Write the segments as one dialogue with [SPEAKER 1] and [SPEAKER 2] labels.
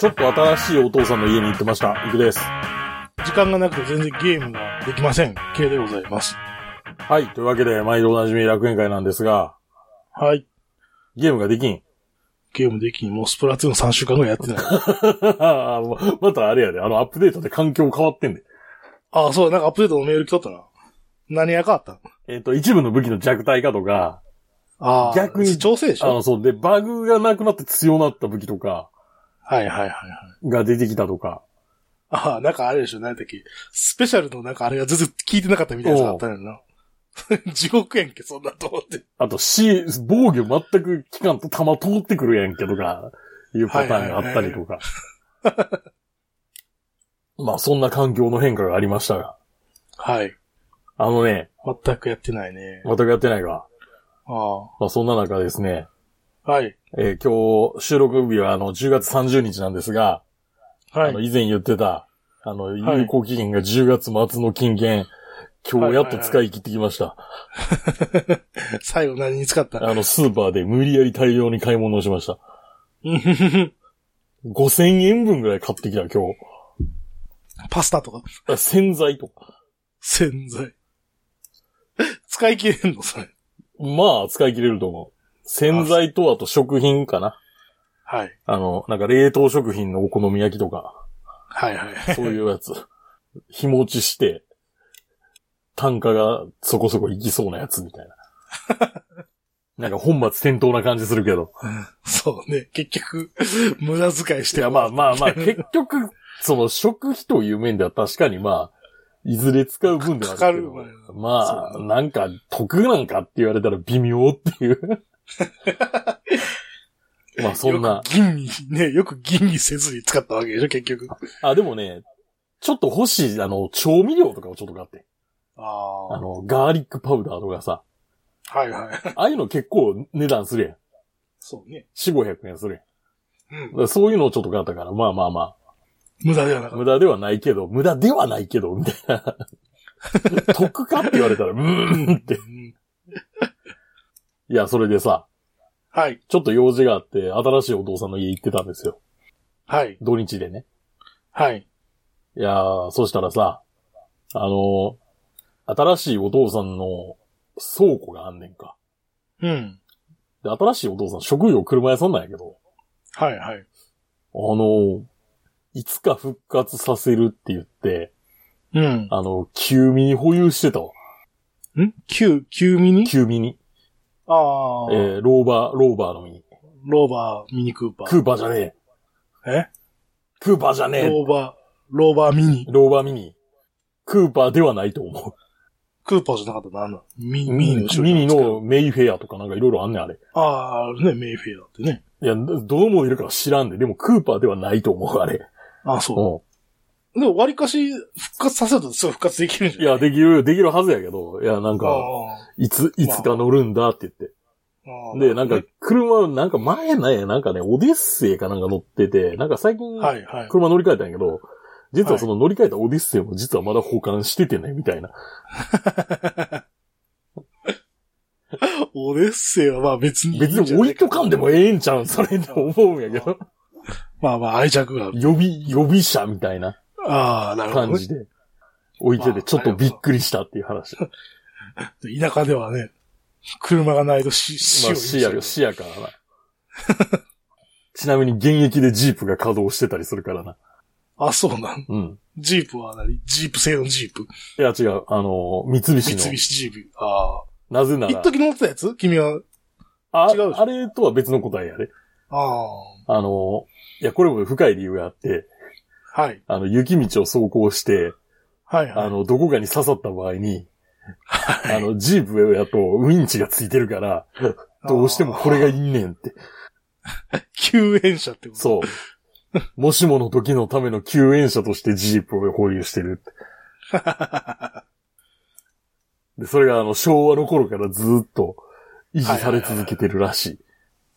[SPEAKER 1] ちょっと新しいお父さんの家に行ってました。いくです。
[SPEAKER 2] 時間がなくて全然ゲームができません。系でございます。
[SPEAKER 1] はい。というわけで、毎度おなじみ楽園会なんですが、
[SPEAKER 2] はい。
[SPEAKER 1] ゲームができん。
[SPEAKER 2] ゲームできん。もうスプラトゥーン3週間ぐらいやってない。
[SPEAKER 1] あままたあれやで、あの、アップデートで環境変わってんで。
[SPEAKER 2] ああ、そうだ、なんかアップデートのメール来とったな。何やかあったの
[SPEAKER 1] えっ、と、一部の武器の弱体化とか、
[SPEAKER 2] ああ、
[SPEAKER 1] 逆に
[SPEAKER 2] 調整でし
[SPEAKER 1] あ
[SPEAKER 2] ょ
[SPEAKER 1] の、そう、で、バグがなくなって強なった武器とか、
[SPEAKER 2] はいはいはいはい。
[SPEAKER 1] が出てきたとか。
[SPEAKER 2] ああ、なんかあれでしょ、何だっけ。スペシャルのなんかあれが全然聞いてなかったみたいなやつがあったんやな。 地獄やんけ、そんなと思って。
[SPEAKER 1] あと、C、防御全く機関と弾通ってくるやんけとか、いうパターンがあったりと か。まあ、そんな環境の変化がありましたが。
[SPEAKER 2] はい。
[SPEAKER 1] あのね、
[SPEAKER 2] 全くやってないね。
[SPEAKER 1] 全くやってないが、
[SPEAKER 2] ああ。
[SPEAKER 1] まあ、そんな中ですね、
[SPEAKER 2] はい。
[SPEAKER 1] えー今日、収録日はあの、10月30日なんですが、
[SPEAKER 2] は
[SPEAKER 1] あの、
[SPEAKER 2] い。
[SPEAKER 1] 以前言ってた、あの、
[SPEAKER 2] はい
[SPEAKER 1] 有効期限が10月末の金券、今日やっと使い切ってきました。
[SPEAKER 2] 最後何に使った
[SPEAKER 1] あの、スーパーで無理やり大量に買い物をしま した。
[SPEAKER 2] うんふふふ
[SPEAKER 1] 5000円分ぐらい買ってきた、今日
[SPEAKER 2] パスタとか。
[SPEAKER 1] あ。洗剤とか。
[SPEAKER 2] 洗剤。 使い切れんのそれ。
[SPEAKER 1] まあ、使い切れると思う。洗剤と、あと食品かな。
[SPEAKER 2] はい。
[SPEAKER 1] あの、なんか冷凍食品のお好み焼きとか。
[SPEAKER 2] はいはい。
[SPEAKER 1] そういうやつ。日持ちして、単価がそこそこいきそうなやつみたいな。な んか本末転倒な感じするけど。
[SPEAKER 2] そうね。結局、 無駄遣いし
[SPEAKER 1] い
[SPEAKER 2] て。
[SPEAKER 1] や、まあまあま あ、結局、その食費という面では確かにまあ、いずれ使う分ではあるけど。
[SPEAKER 2] かかるわよ
[SPEAKER 1] まあ、
[SPEAKER 2] そう
[SPEAKER 1] なんか、得なんかって言われたら微妙って いう。まあそんな
[SPEAKER 2] よ。く吟味、ね、よく吟味せずに使ったわけでしょ、結局。
[SPEAKER 1] あ、でもね、ちょっと欲しい、あの、調味料とかをちょっと買って。
[SPEAKER 2] あ
[SPEAKER 1] あ
[SPEAKER 2] あ。
[SPEAKER 1] の、ガーリックパウダーとかさ。
[SPEAKER 2] はいはい。
[SPEAKER 1] ああいうの結構値段するやん。
[SPEAKER 2] そうね。
[SPEAKER 1] 四五百円するやん。
[SPEAKER 2] うん
[SPEAKER 1] だからそういうのをちょっと買ったから、まあまあま
[SPEAKER 2] 無駄ではな
[SPEAKER 1] あ、
[SPEAKER 2] かっ
[SPEAKER 1] 無駄ではないけど、無駄ではない けど、みたいな。得かって言われたら、うーんって。
[SPEAKER 2] た。うん
[SPEAKER 1] いや、それでさ、
[SPEAKER 2] はい。
[SPEAKER 1] ちょっと用事があって、新しいお父さんの家行ってたんですよ。
[SPEAKER 2] はい。
[SPEAKER 1] 土日でね。
[SPEAKER 2] はい。
[SPEAKER 1] いやー、そしたらさ、あのー新しいお父さんの倉庫があんねんか。
[SPEAKER 2] うん。
[SPEAKER 1] で、新しいお父さん、職業車屋さんなんやけど、
[SPEAKER 2] はいはい。
[SPEAKER 1] あのーいつか復活させるって言って、
[SPEAKER 2] うん。
[SPEAKER 1] あの、休眠保有してたわ。
[SPEAKER 2] ん旧、旧ミニ
[SPEAKER 1] 休眠に。
[SPEAKER 2] ああ、
[SPEAKER 1] えー、ローバー、ローバーのに。
[SPEAKER 2] ローバーミニクーパー。
[SPEAKER 1] クーパーじゃねえ。
[SPEAKER 2] え
[SPEAKER 1] クーパーじゃねえ。
[SPEAKER 2] ローバー、ローバーミニ。
[SPEAKER 1] ローバーミニ。クーパーではないと思
[SPEAKER 2] クーパーじゃなかったな、あの、ミ
[SPEAKER 1] う。
[SPEAKER 2] ニ、ミニの後ろに
[SPEAKER 1] ミニのメイフェアとかなんかいろいろあんねん、あれ。
[SPEAKER 2] ああ、あるね、メイフェアだってね。
[SPEAKER 1] いや、どうもいるか知らんで、でもクーパーではないと思う、あれ。
[SPEAKER 2] ああ、そう。
[SPEAKER 1] う
[SPEAKER 2] でも、割かし、復活させるとすぐ復活できるんじゃ
[SPEAKER 1] ん。い
[SPEAKER 2] ない
[SPEAKER 1] や、できる、できるはずやけど、いや、なん
[SPEAKER 2] あ
[SPEAKER 1] か、いつ、いつか乗るんだって言って。
[SPEAKER 2] あああ
[SPEAKER 1] で、なんか、車、なんか前ね、なんかね、オデッセイかなんか乗ってて、なんか最近、
[SPEAKER 2] はいはい。
[SPEAKER 1] 車乗り換えたんやけど、実はその乗り換えたオデッセイも実はまだ保管しててね、みたいな。
[SPEAKER 2] オデッセイはまあ別にいいん
[SPEAKER 1] 別
[SPEAKER 2] じゃない
[SPEAKER 1] に置いとかんでもええんちゃうん、 それって思うんやけど。
[SPEAKER 2] まあまあ愛着がある。
[SPEAKER 1] 予備、予備車みたいな
[SPEAKER 2] ああ、なるほ
[SPEAKER 1] 感
[SPEAKER 2] ど
[SPEAKER 1] じで置いて
[SPEAKER 2] ま
[SPEAKER 1] て、
[SPEAKER 2] あ
[SPEAKER 1] ちょっとびっくりしたっていう話。ま
[SPEAKER 2] ね。田舎ではね、車がないとし、死を
[SPEAKER 1] あ、視野、
[SPEAKER 2] る。
[SPEAKER 1] 視野からな。 ちなみに現役でジープが稼働してたりするからな。
[SPEAKER 2] あ、そうなん。
[SPEAKER 1] うん。
[SPEAKER 2] ジープは何ジープ製のジープ。
[SPEAKER 1] いや、違う。あの、三
[SPEAKER 2] 三
[SPEAKER 1] 菱の。
[SPEAKER 2] 菱ジープ。あ
[SPEAKER 1] なぜ
[SPEAKER 2] あ。
[SPEAKER 1] な
[SPEAKER 2] 一
[SPEAKER 1] ら、
[SPEAKER 2] 時乗ってたやつ君は。
[SPEAKER 1] あ
[SPEAKER 2] 違うでしょ
[SPEAKER 1] あれとは別の答えやで。
[SPEAKER 2] あ
[SPEAKER 1] あの、いや、これも深い理由があって、
[SPEAKER 2] あ。はい。
[SPEAKER 1] あの、雪道を走行して、
[SPEAKER 2] はいはい。
[SPEAKER 1] あの、どこかに刺さった場合に、
[SPEAKER 2] はい
[SPEAKER 1] あの、ジープやとウインチがついてる から、どうしてもこれがいいねんって。
[SPEAKER 2] 救援車ってこと
[SPEAKER 1] そう。もしもの時のための救援車としてジープを保有してるって。で、それがあの、昭和の頃からずーっと維持され続けてるらし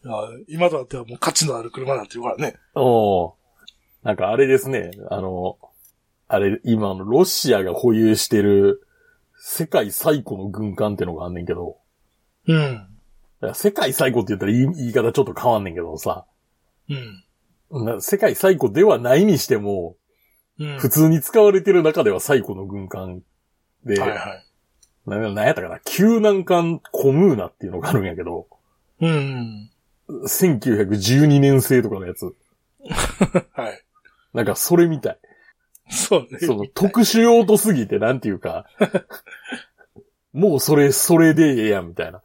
[SPEAKER 1] い。
[SPEAKER 2] ああ今となってはもう価値のある車になってるからね。
[SPEAKER 1] おーなんかあれですね、あの、あれ、今あの、ロシアが保有してる世界最古の軍艦ってのがあんねんけど、
[SPEAKER 2] うん。
[SPEAKER 1] だから世界最古って言ったら言い言い方ちょっと変わんねんけどさ、
[SPEAKER 2] うん。
[SPEAKER 1] な世界最古ではないにしても、
[SPEAKER 2] うん。
[SPEAKER 1] 普通に使われてる中では最古の軍艦で、
[SPEAKER 2] はいはい。
[SPEAKER 1] ななんやったかな、救難艦コムーナっていうのがあるんやけど、
[SPEAKER 2] うんうん。
[SPEAKER 1] 1912年製とかのやつ。
[SPEAKER 2] はい。
[SPEAKER 1] なんかそれみ たい。
[SPEAKER 2] そうね。
[SPEAKER 1] その特殊用途すぎてなんていう か、もうそれ、それでええやんみたいな。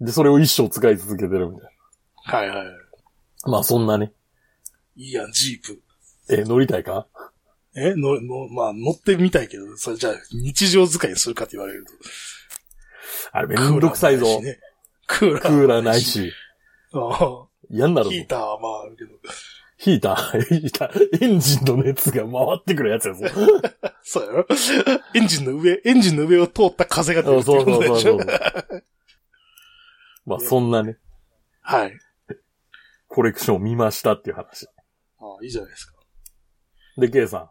[SPEAKER 1] で、それを一生使い続けてるみたい
[SPEAKER 2] はいはい。
[SPEAKER 1] な。まあそんなね。
[SPEAKER 2] いいやん、ジープ。
[SPEAKER 1] え、乗りたいか
[SPEAKER 2] えの、の、まあ、乗ってみたいけど、それじゃあ、日常使いにするかって言われると。
[SPEAKER 1] あれめんどくさいぞ。
[SPEAKER 2] クーラーもないしね。クーラ
[SPEAKER 1] クーラーない。し、
[SPEAKER 2] あ
[SPEAKER 1] 嫌にな
[SPEAKER 2] あ
[SPEAKER 1] るぞ
[SPEAKER 2] ヒ。ーターはまああるけど。
[SPEAKER 1] ヒーター、 ヒーター、エンジンの熱が回ってくるやつや ぞ。
[SPEAKER 2] そうやろエンジンの上、エンジンの上を通った風が出る
[SPEAKER 1] そう
[SPEAKER 2] ってい
[SPEAKER 1] そうう
[SPEAKER 2] こと
[SPEAKER 1] そう
[SPEAKER 2] でし
[SPEAKER 1] そ
[SPEAKER 2] ょ
[SPEAKER 1] う。まあそんなね、
[SPEAKER 2] はい。
[SPEAKER 1] コレクションを見ましたっていう話。
[SPEAKER 2] ああ、いいじゃないですか。
[SPEAKER 1] で、ケイさ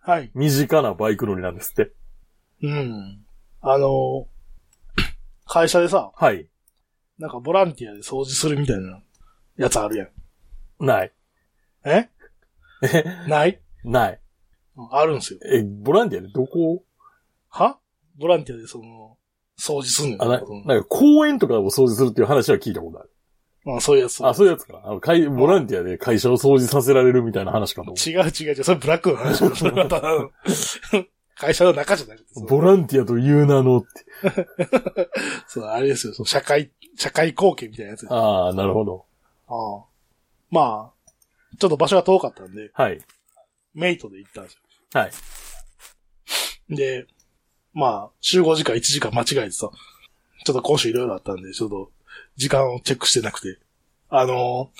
[SPEAKER 2] はい。
[SPEAKER 1] ん、身近なバイク乗りなんですって。
[SPEAKER 2] うん。あの、会社でさ、
[SPEAKER 1] はい。
[SPEAKER 2] なんかボランティアで掃除するみたいなやつあるやん。
[SPEAKER 1] ない。
[SPEAKER 2] え
[SPEAKER 1] え
[SPEAKER 2] ない
[SPEAKER 1] ない。
[SPEAKER 2] うんあるんすよ。
[SPEAKER 1] え、ボランティアでどこ
[SPEAKER 2] はボランティアでその、掃除すんのよ
[SPEAKER 1] あ、な、
[SPEAKER 2] うん
[SPEAKER 1] なんか公園とかを掃除するっていう話は聞いたことある。
[SPEAKER 2] うん、そういうやつ。
[SPEAKER 1] あ、そういうやつか。あの、会、ボランティアで会社を掃除させられるみたいな話かと思
[SPEAKER 2] 違う違う違う、それブラックの話 だ。それまた、あの会社の中じゃなくて。そう
[SPEAKER 1] う。ボランティアという名のって。
[SPEAKER 2] そう、あれですよ、その社会、社会貢献みたいなやつ。あ
[SPEAKER 1] ああ、なるほど。
[SPEAKER 2] あまあ、ちょっと場所が遠かったんで、
[SPEAKER 1] はい。
[SPEAKER 2] メイトで行ったんです
[SPEAKER 1] はい。
[SPEAKER 2] よ。で、まあ、集合時間1時間間違えてさ、ちょっと今週いろいろあったんで、ちょっと、時間をチェックしてなくて、あの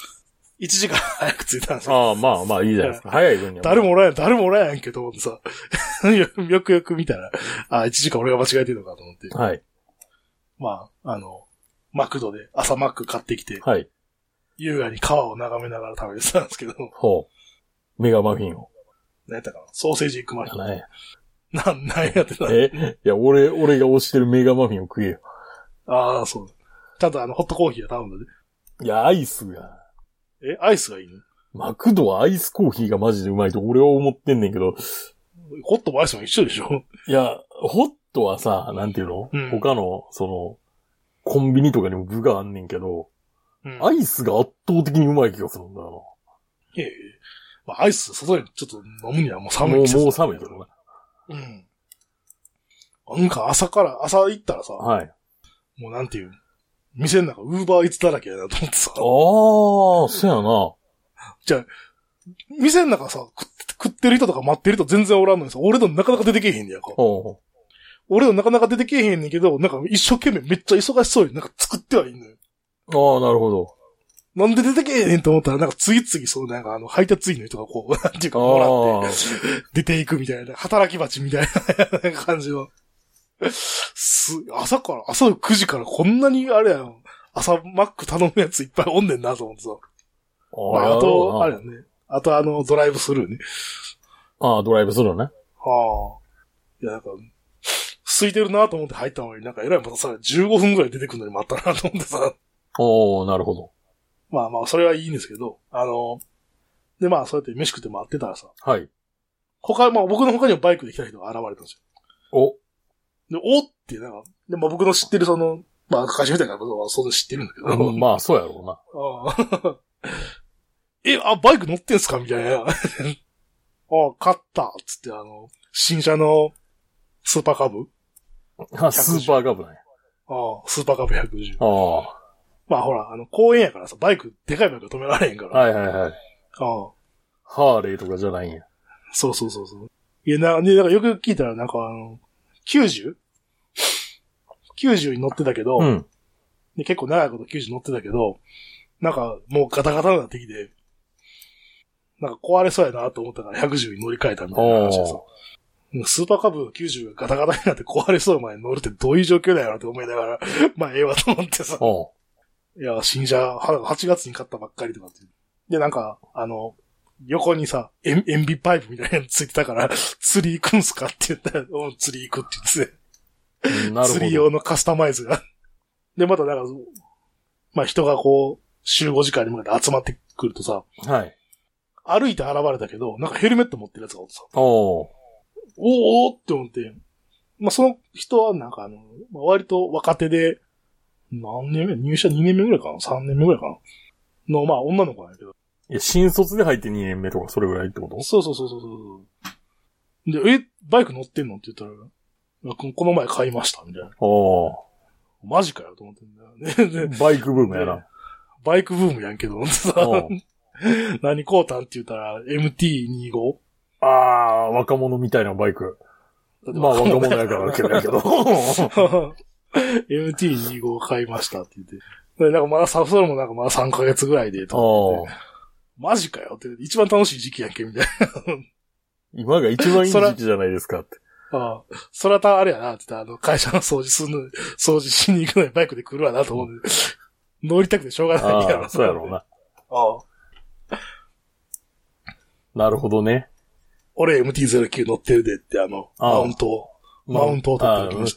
[SPEAKER 2] ー、1時間早く着いたんですよ。
[SPEAKER 1] ああ、まあまあ、いいじゃないですか。早い分には。
[SPEAKER 2] 誰もおらんやん、誰もおらんやんけと思ってさ、 よくよく見たら、あ、1時間俺が間違えてるのかと思って。
[SPEAKER 1] はい。
[SPEAKER 2] まあ、あの、マクドで朝マック買ってきて、
[SPEAKER 1] はい。
[SPEAKER 2] 優雅に川を眺めながら食べてたんですけど、
[SPEAKER 1] ほう。メガマフィンを。
[SPEAKER 2] 何やったかなソーセージ行くまで。
[SPEAKER 1] ね、
[SPEAKER 2] なん、なんやってた
[SPEAKER 1] え、いや、俺、俺が推してるメガマフィンを食えよ。
[SPEAKER 2] ああ、そうだ。ちゃんとあの、ホットコーヒーは頼んだ
[SPEAKER 1] いや、アイスが。
[SPEAKER 2] ね。え、アイスがいいの
[SPEAKER 1] マクドはアイスコーヒーがマジでうまいと俺は思ってんねんけど、
[SPEAKER 2] ホットもアイスも一緒でしょ
[SPEAKER 1] いや、ホットはさ、なんていうの、
[SPEAKER 2] うん
[SPEAKER 1] 他の、その、コンビニとかにも部があんねんけど、
[SPEAKER 2] うん
[SPEAKER 1] アイスが圧倒的にうまい気がするんだよ
[SPEAKER 2] いやいやまあ、アイス、外でちょっと飲むにはもう
[SPEAKER 1] な。
[SPEAKER 2] 寒い
[SPEAKER 1] もう、
[SPEAKER 2] 季節
[SPEAKER 1] もう寒いけどな。
[SPEAKER 2] うん。なんか朝から、朝行ったらさ、
[SPEAKER 1] はい。
[SPEAKER 2] もうなんていう、店の中、ウーバーイーツだらけやなと思ってさ
[SPEAKER 1] ああ、、そうやな。
[SPEAKER 2] 店の中さ、食って食ってる人とか待ってる人全然おらんのにさ、俺のなかなか出てけえへんねやんか。
[SPEAKER 1] ほ
[SPEAKER 2] 俺のなかなか出てけえへんねんけど、なんか一生懸命めっちゃ忙しそうになんか作ってはいんのよ。
[SPEAKER 1] うほうああ、なるほど。
[SPEAKER 2] なんで出てけえへんと思ったら、なんか次々そうなんかあの配達員の人がこう、 なんていうかも
[SPEAKER 1] あ
[SPEAKER 2] らって、出ていくみたいな、働き蜂みたいな なんか感じの。す、朝から、朝の9時からこんなにあれやん。朝マック頼むやついっぱいおんねんなと思ってさ。
[SPEAKER 1] あ、
[SPEAKER 2] まあ、あと、あ
[SPEAKER 1] あ
[SPEAKER 2] れ
[SPEAKER 1] れ
[SPEAKER 2] やね。あとあの、ドライブスルーね。
[SPEAKER 1] ああ、ドライブするのね。
[SPEAKER 2] はあ。いや、なんか、空いてるなと思って入ったのに、なんかえらいまたさ、15分ぐらい出てくるのに待ったなと思ってさ。
[SPEAKER 1] おおなるほど。
[SPEAKER 2] まあまあ、それはいいんですけど、あの、でまあ、そうやって飯食って待ってたらさ、
[SPEAKER 1] はい。
[SPEAKER 2] 他、まあ僕の他にもバイクで来た人が現れたんです
[SPEAKER 1] お、
[SPEAKER 2] よ。で、おって、なんか、で、まあ僕の知ってるその、まあ、会社みたいなことは、それ知ってるんだけど、
[SPEAKER 1] うんまあ、そうやろうな。
[SPEAKER 2] ああ え、あ、バイク乗ってんすかみたいな。あ、 買ったつって、あの、新車のスーパーカブ
[SPEAKER 1] あ スーパーガブなんや。
[SPEAKER 2] ああ、スーパーカブ110。
[SPEAKER 1] ああ、は
[SPEAKER 2] まあほら、あの、公園やからさ、バイク、でかいバイク止められへんから。
[SPEAKER 1] いはいはい。
[SPEAKER 2] ああ
[SPEAKER 1] ハーレーとかじゃないんや。
[SPEAKER 2] そうそうそうそう。いや、な、ね、なんかよく聞いたら、なんかあの、90?90 に乗ってたけど、
[SPEAKER 1] うん。
[SPEAKER 2] で結構長いこと90乗ってたけど、なんかもうガタガタになってきて、なんか壊れそうやなと思ったから110に乗り換えたみたいな話でさ
[SPEAKER 1] お。
[SPEAKER 2] スーパーカブ90がガタガタになって壊れそうまで乗るってどういう状況だよなって思いながら、まあええわと思ってさ。
[SPEAKER 1] おう
[SPEAKER 2] いや、新車、は8月に買ったばっかりとかって。で、なんか、あの、横にさ、塩塩ビパイプみたいなのついてたから、 釣り行くんすかって言ったら、うん釣り行くって言ってて、
[SPEAKER 1] うんなるほど。
[SPEAKER 2] 釣り用のカスタマイズが。で、またなんか、まあ人がこう、集合時間に向けて集まって来るとさ、
[SPEAKER 1] はい。
[SPEAKER 2] 歩いて現れたけど、なんかヘルメット持ってるやつがおってさ、
[SPEAKER 1] おー。
[SPEAKER 2] おーおーって思って、まあ、その人はなんかあの、まあ、割と若手で、何年目入社2年目ぐらいかな ?3 年目ぐらいかなの、まあ、女の子なんやけど。
[SPEAKER 1] いや、新卒で入って2年目とかそれぐらいってこと
[SPEAKER 2] そうそうそうそうそうそう。で、え、バイク乗ってんのって言ったら、あここの前買いました、みたいな。
[SPEAKER 1] お
[SPEAKER 2] マジかよ、と思ってんだよね。で
[SPEAKER 1] ー。バイクブームやな。
[SPEAKER 2] バイクブームやんけど、さ
[SPEAKER 1] お、ー
[SPEAKER 2] 何こうたんって言ったら、MT25?
[SPEAKER 1] ああ、若者みたいなバイク。まあ若者やからけどやけ ど。
[SPEAKER 2] MT25 を買いましたって言って。でなんかまださ、それもなんかまだ3ヶ月ぐらいで、と。
[SPEAKER 1] おー。
[SPEAKER 2] マジかよって、一番楽しい時期やんけ、みたい
[SPEAKER 1] 今が一番いい時期じゃないですかって。
[SPEAKER 2] な。ああ、そらたあれやな、って言ったら、あの、会社の掃除するの、掃除しに行くのにバイクで来るわな、と思うんで。乗りたくてしょうが ないや
[SPEAKER 1] ああ、
[SPEAKER 2] ろ。
[SPEAKER 1] そうやろうな。
[SPEAKER 2] ああ。
[SPEAKER 1] なるほどね。
[SPEAKER 2] 俺 MT09 乗ってるでって、あの、
[SPEAKER 1] ああ
[SPEAKER 2] マウントを、マウントを取っておきまし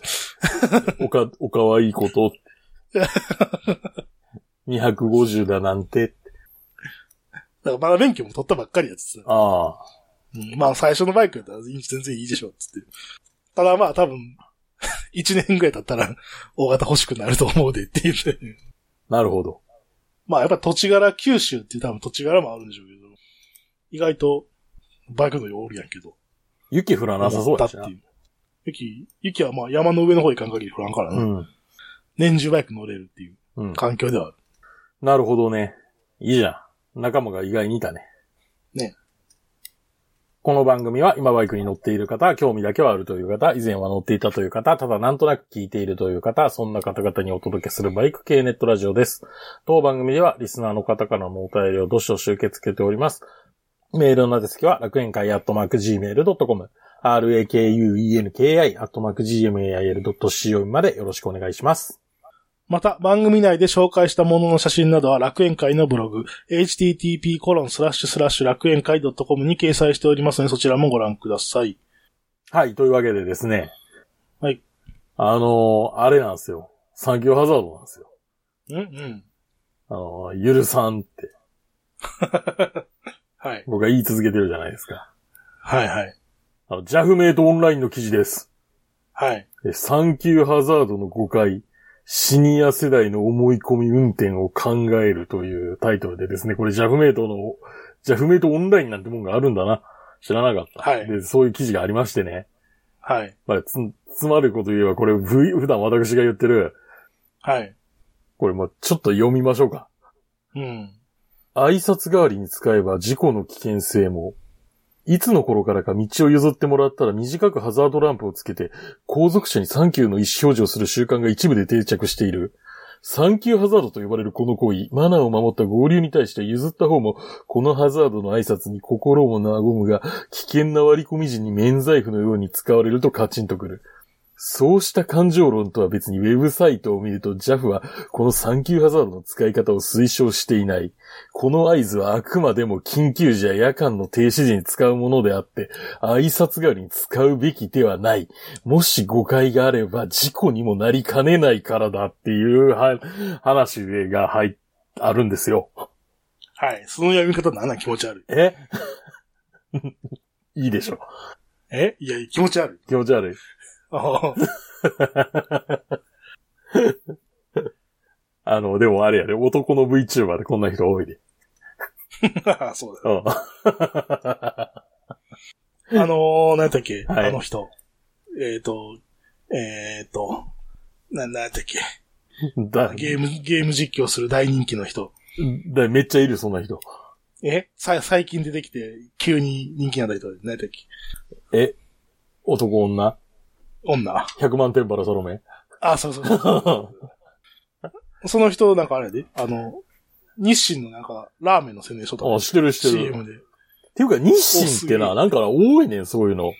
[SPEAKER 2] た。
[SPEAKER 1] あーおか、おかわいい こと。250だなんて。
[SPEAKER 2] だからまだ免許も取ったばっかりやつって
[SPEAKER 1] ああ。
[SPEAKER 2] うんまあ最初のバイクやったら全然いいでしょ、っつって。ただまあ多分、 一年ぐらい経ったら大型欲しくなると思うで って言って。
[SPEAKER 1] なるほど。
[SPEAKER 2] まあやっぱ土地柄、九州っていう多分土地柄もあるんでしょうけど、意外とバイクの量おるやんけど。
[SPEAKER 1] 雪降らなさそうやし
[SPEAKER 2] 思
[SPEAKER 1] な
[SPEAKER 2] ったっ。ていう。雪、雪はまあ山の上の方行かん限り降らんからな、
[SPEAKER 1] うん。
[SPEAKER 2] 年中バイク乗れるっていう
[SPEAKER 1] うん。
[SPEAKER 2] 環境ではある。
[SPEAKER 1] なるほどね。いいじゃん。仲間が意外にいたね。
[SPEAKER 2] ね。
[SPEAKER 1] この番組は今バイクに乗っている方、興味だけはあるという方、以前は乗っていたという方、ただなんとなく聞いているという方、そんな方々にお届けするバイク系ネットラジオです。当番組ではリスナーの方からのお便りをどしどし受け付けております。メールの宛先は楽園会アットマーク Gmail.com、rakuenki アットマーク gmail.co までよろしくお願いします。
[SPEAKER 2] また、番組内で紹介したものの写真などは楽園会のブログ、http コロンスラッシュスラッシュ楽園会 .com に掲載しておりますので、そちらもご覧ください。
[SPEAKER 1] はい、というわけでですね。
[SPEAKER 2] はい。
[SPEAKER 1] あのーあれなんですよ。産業ハザードなんですよ。
[SPEAKER 2] うんうん。
[SPEAKER 1] あのーゆるさんって、
[SPEAKER 2] はい。
[SPEAKER 1] 僕が言い続けてるじゃないですか。
[SPEAKER 2] はいはい。
[SPEAKER 1] あの、ジャフメイトオンラインの記事です。
[SPEAKER 2] はい。
[SPEAKER 1] えサンキューハザードの5回、シニア世代の思い込み運転を考えるというタイトルでですね、これジャフメイトの、ジャフメイトオンラインなんてもんがあるんだな。知らなかった。
[SPEAKER 2] はい
[SPEAKER 1] で、そういう記事がありましてね。
[SPEAKER 2] はい。
[SPEAKER 1] まあ、つ、つまること言えば、これ、V、普段私が言ってる、
[SPEAKER 2] はい。
[SPEAKER 1] これ、まあ、ちょっと読みましょうか。
[SPEAKER 2] うん。
[SPEAKER 1] 挨拶代わりに使えば事故の危険性も、いつの頃からか道を譲ってもらったら短くハザードランプをつけて、後続車にサンキューの意思表示をする習慣が一部で定着している。サンキューハザードと呼ばれるこの行為、マナーを守った合流に対して譲った方も、このハザードの挨拶に心も和むが、危険な割り込み時に免罪符のように使われるとカチンとくる。そうした感情論とは別にウェブサイトを見ると JAF はこのサンキューハザードの使い方を推奨していない。この合図はあくまでも緊急時や夜間の停止時に使うものであって、挨拶代わりに使うべきではない。もし誤解があれば事故にもなりかねないからだっていうは話が入っあるんですよ。
[SPEAKER 2] はい。その読み方なんなん気持ち悪い。
[SPEAKER 1] え いいでしょ。
[SPEAKER 2] えいや、気持ち悪い。
[SPEAKER 1] 気持ち悪い。
[SPEAKER 2] あー
[SPEAKER 1] あの、でもあれやで、男の VTuber でこんな人多いで。
[SPEAKER 2] そうだ。
[SPEAKER 1] うん。
[SPEAKER 2] あのー、何やったっけ、
[SPEAKER 1] はい
[SPEAKER 2] あの人。えっ、ー、と、えっ、ー、と、な、何やったっけ
[SPEAKER 1] だ、
[SPEAKER 2] ゲーム、ゲーム実況する大人気の人。
[SPEAKER 1] だ、めっちゃいる、そんな人。
[SPEAKER 2] えさ、最近出てきて、急に人気になった人、何だっけ
[SPEAKER 1] え、男女
[SPEAKER 2] 女。
[SPEAKER 1] ?100 万点バラサロメ
[SPEAKER 2] あ、そうそうそう。その人、なんかあれやで、あの、日清のなんか、ラーメンの宣伝しとった
[SPEAKER 1] あ、してるしてる。っ
[SPEAKER 2] CM で。
[SPEAKER 1] ていうか、日清ってな、なんか多いねん、そういうの。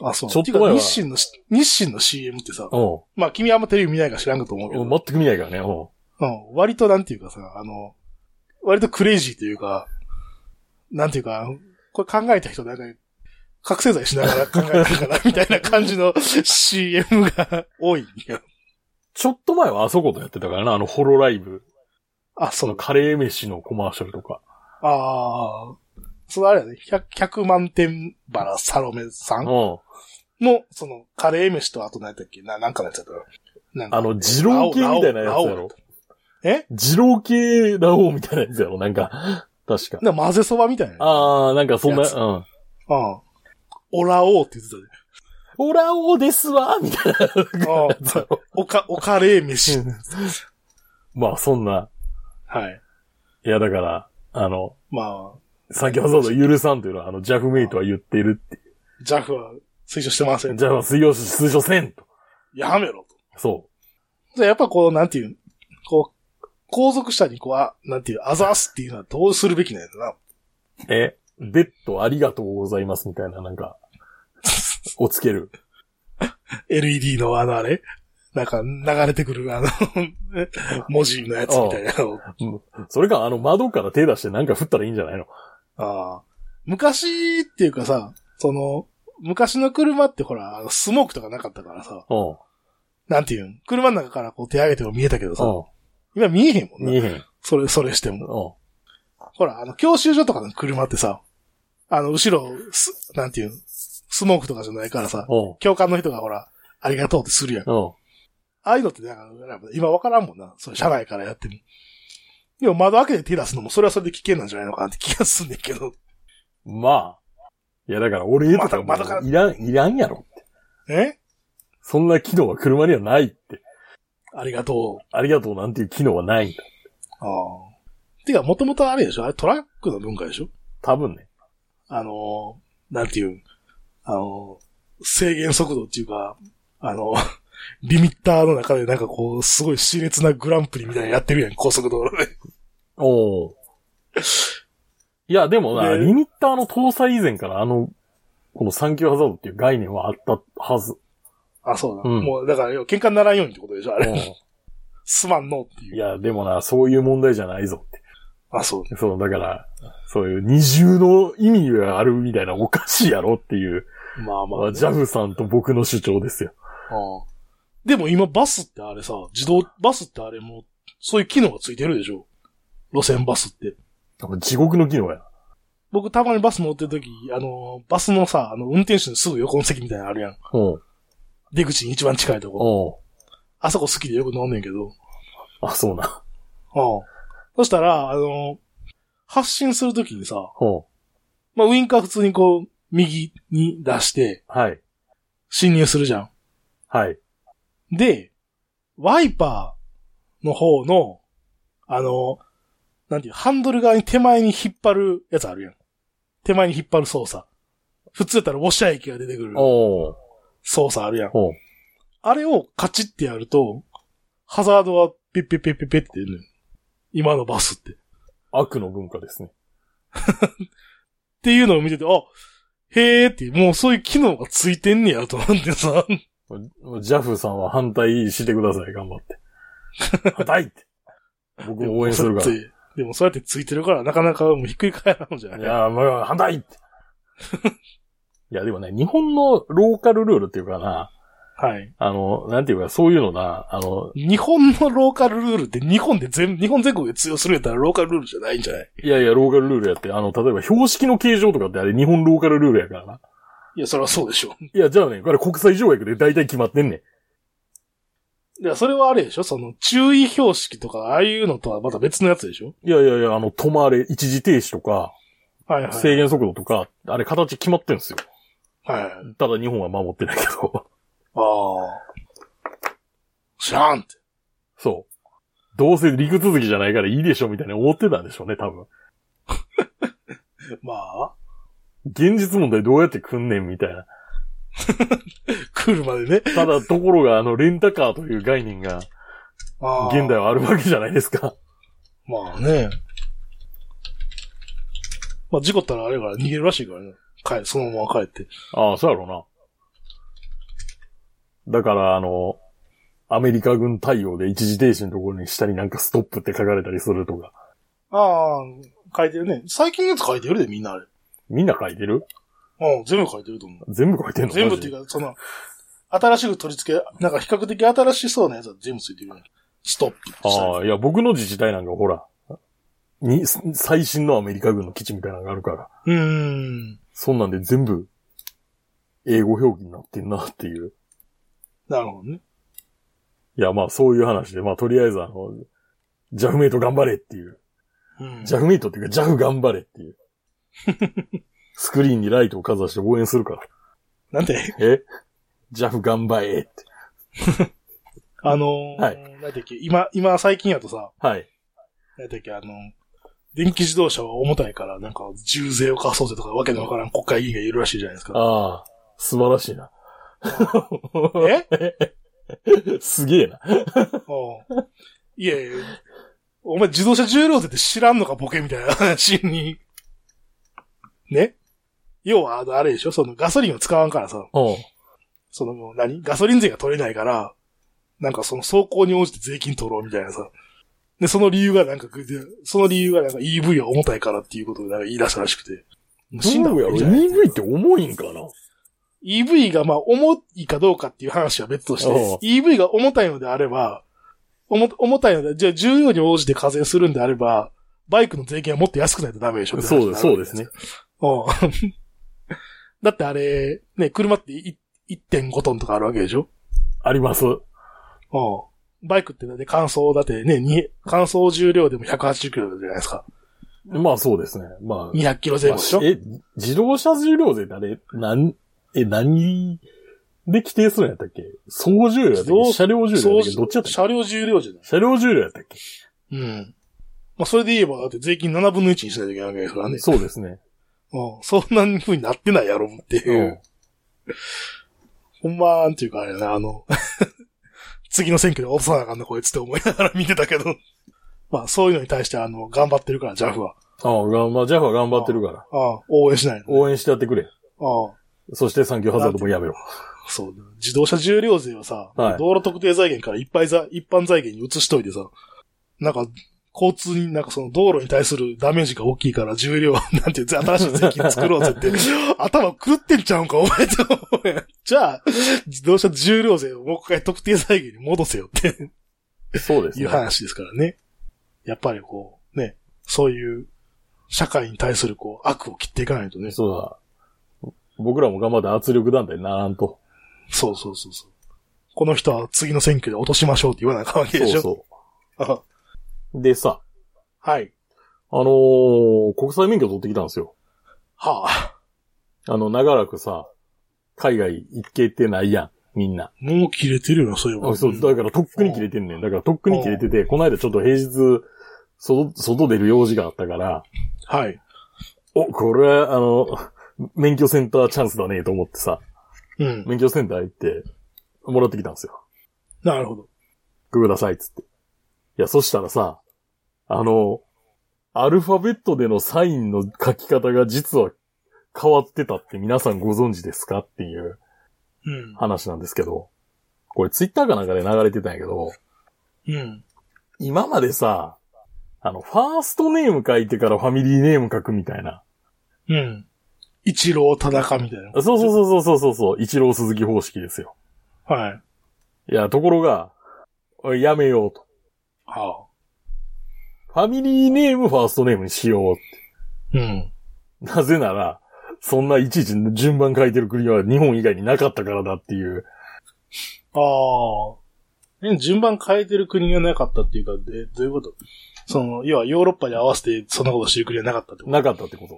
[SPEAKER 2] あ、そう。
[SPEAKER 1] ちょっと
[SPEAKER 2] てか
[SPEAKER 1] 前は
[SPEAKER 2] 日清のし、日清の CM ってさ、
[SPEAKER 1] う
[SPEAKER 2] まあ君あんまテレビ見ないから知らんかと思うけど、
[SPEAKER 1] ん。全く見ないからね、うん。
[SPEAKER 2] うん、割となんていうかさ、あの、割とクレイジーというか、なんていうか、これ考えた人なんか、覚醒剤しながら考えたから、みたいな感じの CM が多いんよ。
[SPEAKER 1] ちょっと前はあそことやってたからな、あの、ホロライブ。
[SPEAKER 2] あ、そ
[SPEAKER 1] そうの、。カレー飯のコマーシャルとか。
[SPEAKER 2] ああ、それあれやね、100, 100万点バラサロメさん
[SPEAKER 1] うん。
[SPEAKER 2] の、その、カレー飯と、あと何やったっけな、なんかのやつやったななんか
[SPEAKER 1] あの、二郎系みたいなやつやろ。
[SPEAKER 2] え
[SPEAKER 1] 二郎系ラオウみたいなやつやろ、なんか。 確か。
[SPEAKER 2] な混ぜそばみたいな。
[SPEAKER 1] あー、なんかそんな、
[SPEAKER 2] やつ
[SPEAKER 1] うん。
[SPEAKER 2] うん。オラオーって言ってたね
[SPEAKER 1] オラオウですわみたいな。
[SPEAKER 2] うん。おか、おカレー飯。
[SPEAKER 1] まあ、そんな。
[SPEAKER 2] はい。
[SPEAKER 1] いや、だから、あの、
[SPEAKER 2] ま
[SPEAKER 1] 先ほどの許さんというのは、あの、ジャフメイトは言っているって。
[SPEAKER 2] あ、ジャフは推奨してま せん。
[SPEAKER 1] ジャフは水曜推奨せんと。
[SPEAKER 2] やめろと。
[SPEAKER 1] そ
[SPEAKER 2] じゃあやっぱこう、なんていう、こう、皇族者にこう、あ、なんていう、あざーすっていうのはどうするべきなんやろな。
[SPEAKER 1] う。え、別途ありがとうございますみたいな、なんか、をつける。
[SPEAKER 2] LED のあのあれなんか流れてくるあの 文字のやつみたいなの。
[SPEAKER 1] それか、あの、窓から手出してなんか振ったらいいんじゃないの
[SPEAKER 2] ああ昔っていうかさ、その、昔の車ってほら、あのスモークとかなかったからさ、
[SPEAKER 1] うん。
[SPEAKER 2] なんていうん、車の中からこう手上げても見えたけどさ、
[SPEAKER 1] う
[SPEAKER 2] 今見えへんも
[SPEAKER 1] ん。
[SPEAKER 2] ん
[SPEAKER 1] 見え
[SPEAKER 2] ね。
[SPEAKER 1] へん。
[SPEAKER 2] それ、それしても。
[SPEAKER 1] うん。
[SPEAKER 2] ほら、あの、教習所とかの車ってさ、あの、後ろ、す、なんていうん、スモークとかじゃないからさ、
[SPEAKER 1] うん。
[SPEAKER 2] 教官の人がほら、ありがとうってするやん。
[SPEAKER 1] うん。
[SPEAKER 2] ああいうのってなんか、やっぱ今わからんもんな。それ、社内からやっても。でも窓開けて手出すのも、それはそれで危険なんじゃないのかなって気がすんねんけど。
[SPEAKER 1] まあ。いや、だから俺とかも
[SPEAKER 2] またまたか
[SPEAKER 1] いらん、いらんやろ。
[SPEAKER 2] え
[SPEAKER 1] そんな機能は車にはないって。
[SPEAKER 2] ありがとう。
[SPEAKER 1] ありがとうなんていう機能はないんだ。
[SPEAKER 2] ああ。てか、もともとあれでしょあれトラックの文化でしょ
[SPEAKER 1] 多分ね。
[SPEAKER 2] あのー、なんていうん、あのー、制限速度っていうか、あの ー、リミッターの中でなんかこう、すごい熾烈なグランプリみたいなのやってるやん、高速道路で。
[SPEAKER 1] おお。いや、でもな、
[SPEAKER 2] ね
[SPEAKER 1] リミッターの搭載以前からあの、この産級ハザードっていう概念はあったはず。
[SPEAKER 2] あ、そうな。
[SPEAKER 1] うん
[SPEAKER 2] もう、だから、要は喧嘩にならんようにってことでしょあ
[SPEAKER 1] うん
[SPEAKER 2] れ。すまんのっていう。
[SPEAKER 1] いや、でもな、そういう問題じゃないぞって。
[SPEAKER 2] あ、そう。
[SPEAKER 1] そう、だから、そういう二重の意味があるみたいなおかしいやろっていう、
[SPEAKER 2] まあま
[SPEAKER 1] ま
[SPEAKER 2] あ
[SPEAKER 1] あ、
[SPEAKER 2] ね、
[SPEAKER 1] ジャフさんと僕の主張ですよ。
[SPEAKER 2] うんでも今バスってあれさ、自動バスってあれもう、そういう機能がついてるでしょ路線バスって。
[SPEAKER 1] 地獄の機能や。
[SPEAKER 2] 僕たまにバス乗ってる時、あの、バスのさ、あの、運転手のすぐ横の席みたいなのあるやん。
[SPEAKER 1] うん。
[SPEAKER 2] 出口に一番近いと
[SPEAKER 1] う
[SPEAKER 2] こ。
[SPEAKER 1] ん。
[SPEAKER 2] あそこ好きでよく乗んねんけど。うん。
[SPEAKER 1] あ、そうな。
[SPEAKER 2] そしたら、あの、発進するときにさ、
[SPEAKER 1] うん。
[SPEAKER 2] まあ、ウインカー普通にこう、右に出して、
[SPEAKER 1] はい。
[SPEAKER 2] 進入するじゃ
[SPEAKER 1] はい。
[SPEAKER 2] ん。で、ワイパーの方の、あの、なんていう、ハンドル側に手前に引っ張るやつあるやん。手前に引っ張る操作。普通やったらウォッシャー液が出てくる
[SPEAKER 1] おー。
[SPEAKER 2] 操作あるやん。
[SPEAKER 1] ほう。
[SPEAKER 2] あれをカチッてやると、ハザードはピッピッピッピッピッって出るのよ今のバスって。
[SPEAKER 1] 悪の文化ですね。
[SPEAKER 2] っていうのを見てて、あ、へーって、もうそういう機能がついてんねやと思ってさ、
[SPEAKER 1] ジャフさんは反対してください、頑張って。反対って。僕 も応援するか
[SPEAKER 2] だって でもそうやってついてるから、なかなかもうひっくり返らんじゃな
[SPEAKER 1] ら。
[SPEAKER 2] い
[SPEAKER 1] いやー、まあ、反対って。いや、でもね、日本のローカルルールっていうかな、
[SPEAKER 2] はい。
[SPEAKER 1] あの、なんていうか、そういうのな、あの、
[SPEAKER 2] 日本のローカルルールって日本で全、日本全国で通用するんやったらローカルルールじゃないんじゃない
[SPEAKER 1] いやいや、ローカルルールやって、あの、例えば標識の形状とかってあれ日本ローカルルールやからな。
[SPEAKER 2] いや、それはそうでしょ。
[SPEAKER 1] いや、じゃあね、これ国際条約で大体決まってんねん。
[SPEAKER 2] いや、それはあれでしょその、注意標識とか、ああいうのとはまた別のやつでしょ
[SPEAKER 1] いやいやいや、あの、止まれ、一時停止とか、
[SPEAKER 2] はいはい。
[SPEAKER 1] 制限速度とか、あれ形決まってんすよ。
[SPEAKER 2] はいはい。
[SPEAKER 1] ただ日本は守ってないけど。
[SPEAKER 2] ああ。知らんって。
[SPEAKER 1] そう。どうせ陸続きじゃないからいいでしょみたいに思ってたんでしょうね、多分。
[SPEAKER 2] まあ、
[SPEAKER 1] 現実問題どうやって来んねんみたいな。
[SPEAKER 2] 来るまでね。
[SPEAKER 1] ただ、ところが、あの、レンタカーという概念が、
[SPEAKER 2] ああ
[SPEAKER 1] 現代はあるわけじゃないですか。
[SPEAKER 2] まあね。まあ事故ったらあれやから逃げるらしいからね。帰、そのまま帰って。
[SPEAKER 1] ああ、そうやろうな。だから、あの、アメリカ軍対応で一時停止のところに下になんかストップって書かれたりするとか。
[SPEAKER 2] ああ、書いてるね。最近のやつ書いてるで、みんなあれ。
[SPEAKER 1] みんな書いてる
[SPEAKER 2] うん、全部書いてると思う。
[SPEAKER 1] 全部書いてんの
[SPEAKER 2] 全部ってい
[SPEAKER 1] か。
[SPEAKER 2] うか、その、新しく取り付け、なんか比較的新しそうなやつは全部ついてるよね。ストップ。
[SPEAKER 1] ああ、いや、僕の自治体なんかほら、に、最新のアメリカ軍の基地みたいなのがあるから、
[SPEAKER 2] うーん。
[SPEAKER 1] そんなんで全部、英語表記になってんなっていう。
[SPEAKER 2] なるほどね。
[SPEAKER 1] いや、まあそういう話で、まあとりあえずあの、ジャフメイト頑張れっていう。
[SPEAKER 2] うん。
[SPEAKER 1] ジャフメイトっていうか、ジャフ頑張れって いう。スクリーンにライトをかざして応援するから。
[SPEAKER 2] なんて、
[SPEAKER 1] えジャフ頑張れって。
[SPEAKER 2] あのー、
[SPEAKER 1] は
[SPEAKER 2] なんてっけ、今、今最近やとさ、
[SPEAKER 1] はい。
[SPEAKER 2] なんてっけ、あの電気自動車は重たいから、なんか、重税を課そうぜとか、わけのわからん国会議員がいるらしいじゃないですか。
[SPEAKER 1] ああ、素晴らしいな。
[SPEAKER 2] え
[SPEAKER 1] すげえな。
[SPEAKER 2] うんいやいや、お前自動車重量税って知らんのか、ボケみたいな話に。ね要は、あのあれでしょそのガソリンを使わんからさ、
[SPEAKER 1] うん。
[SPEAKER 2] その、何ガソリン税が取れないから、なんかその走行に応じて税金取ろうみたいなさ。で、その理由がなんか、でその理由がなんか EV は重たいからっていうことをなんか言い出したらしくて。死んだ
[SPEAKER 1] ど
[SPEAKER 2] 方
[SPEAKER 1] う
[SPEAKER 2] が
[SPEAKER 1] やろ
[SPEAKER 2] いいんじゃない
[SPEAKER 1] ?EV って重いんかな
[SPEAKER 2] EV がまあ重いかどうかっていう話は別とし
[SPEAKER 1] おう
[SPEAKER 2] て、EV が重たいのであれば、重重たいので、じゃあ重量に応じて課税するんであれば、バイクの税金はもっと安くないとダメでしょ
[SPEAKER 1] そうです、そうです。
[SPEAKER 2] っ
[SPEAKER 1] ね。
[SPEAKER 2] て話になるわけですようん だってあれ、ね、車ってい1.5トンとかあるわけでしょ
[SPEAKER 1] あります。
[SPEAKER 2] うん。バイクってだって乾燥だってね、に乾燥重量でも180キロじゃないですか。
[SPEAKER 1] まあそうですね。まあ。
[SPEAKER 2] 200キロ前後でしょ
[SPEAKER 1] え、自動車重量税ってあれ、なん、え、何で規定するんやったっけ総重量やったっ
[SPEAKER 2] 自動
[SPEAKER 1] け車両重量
[SPEAKER 2] そ
[SPEAKER 1] や
[SPEAKER 2] う
[SPEAKER 1] ったっけどっちやったっけ
[SPEAKER 2] 車両重量じゃない
[SPEAKER 1] 車両重量やったっけ
[SPEAKER 2] うん。まあ、それで言えば、だって税金7分の1にしないといけないわけですからね。
[SPEAKER 1] そうですね。
[SPEAKER 2] うん。そんな風になってないやろっていうう。ほんまなんていうかあれやな、あの、 次の選挙で落とさなあかんな、こいつって思いながら見てたけど。まあ、そういうのに対して、あの、頑張ってるから、JAF は。
[SPEAKER 1] ああ、がまあ、ジャフは頑張ってるから。
[SPEAKER 2] ああ応援しないの。
[SPEAKER 1] 応援してやってくれ。
[SPEAKER 2] ああ
[SPEAKER 1] そして産業ハザードもやめろ。
[SPEAKER 2] そう。自動車重量税をさ、
[SPEAKER 1] はい
[SPEAKER 2] 道路特定財源からいっぱいざ一般財源に移しといてさ、なんか、交通に、なんかその道路に対するダメージが大きいから重量、なんていう、新しい税金作ろうぜ って、頭狂ってんちゃうんか、お前と思うやん。じゃあ、自動車重量税をもう一回特定財源に戻せよっ て
[SPEAKER 1] そうです
[SPEAKER 2] いう
[SPEAKER 1] ね。
[SPEAKER 2] 話ですからね。やっぱりこう、ね、そういう、社会に対するこう、悪を切っていかないとね。
[SPEAKER 1] そうだ。僕らも頑張って圧力団体にならんと。
[SPEAKER 2] そうそうそうそう。この人は次の選挙で落としましょうって言わなあかんわけ
[SPEAKER 1] そ
[SPEAKER 2] で
[SPEAKER 1] う
[SPEAKER 2] しょ。
[SPEAKER 1] そ
[SPEAKER 2] あ
[SPEAKER 1] う。でさ、
[SPEAKER 2] はい。
[SPEAKER 1] あのー国際免許取ってきたんですよ。
[SPEAKER 2] はあ。
[SPEAKER 1] あの、長らくさ、海外行けてないやん、みんな。
[SPEAKER 2] もう切れてるよな、そういえば。
[SPEAKER 1] あそう、だからとっくに切れてんねん。だからとっくに切れてて、この間ちょっと平日、外、外出る用事があったから、
[SPEAKER 2] はい。
[SPEAKER 1] お、これは、あの、免許センターチャンスだね、と思ってさ、
[SPEAKER 2] うん。
[SPEAKER 1] 免許センター行って、もらってきたんですよ。
[SPEAKER 2] なるほど。
[SPEAKER 1] ください、つって。いや、そしたらさ、あの、アルファベットでのサインの書き方が実は変わってたって皆さんご存知ですかっていう
[SPEAKER 2] うん。
[SPEAKER 1] 話なんですけど、これツイッターかなんかで流れてたんやけど、
[SPEAKER 2] うん。
[SPEAKER 1] 今までさ、あの、ファーストネーム書いてからファミリーネーム書くみたいな。
[SPEAKER 2] うん。一郎田中みたいな。
[SPEAKER 1] そうそうそうそうそうそう、一郎鈴木方式ですよ。
[SPEAKER 2] はい。
[SPEAKER 1] いや、ところが、おいやめようと。
[SPEAKER 2] はあ。
[SPEAKER 1] ファミリーネームファーストネームにしよう
[SPEAKER 2] うん。
[SPEAKER 1] なぜなら、そんないちいち順番書いてる国は日本以外になかったからだっていう。
[SPEAKER 2] ああ。ね順番変えてる国がなかったっていうか、で、どういうことその、要はヨーロッパに合わせてそんなことしてる国はなかったってこと
[SPEAKER 1] なかったってこ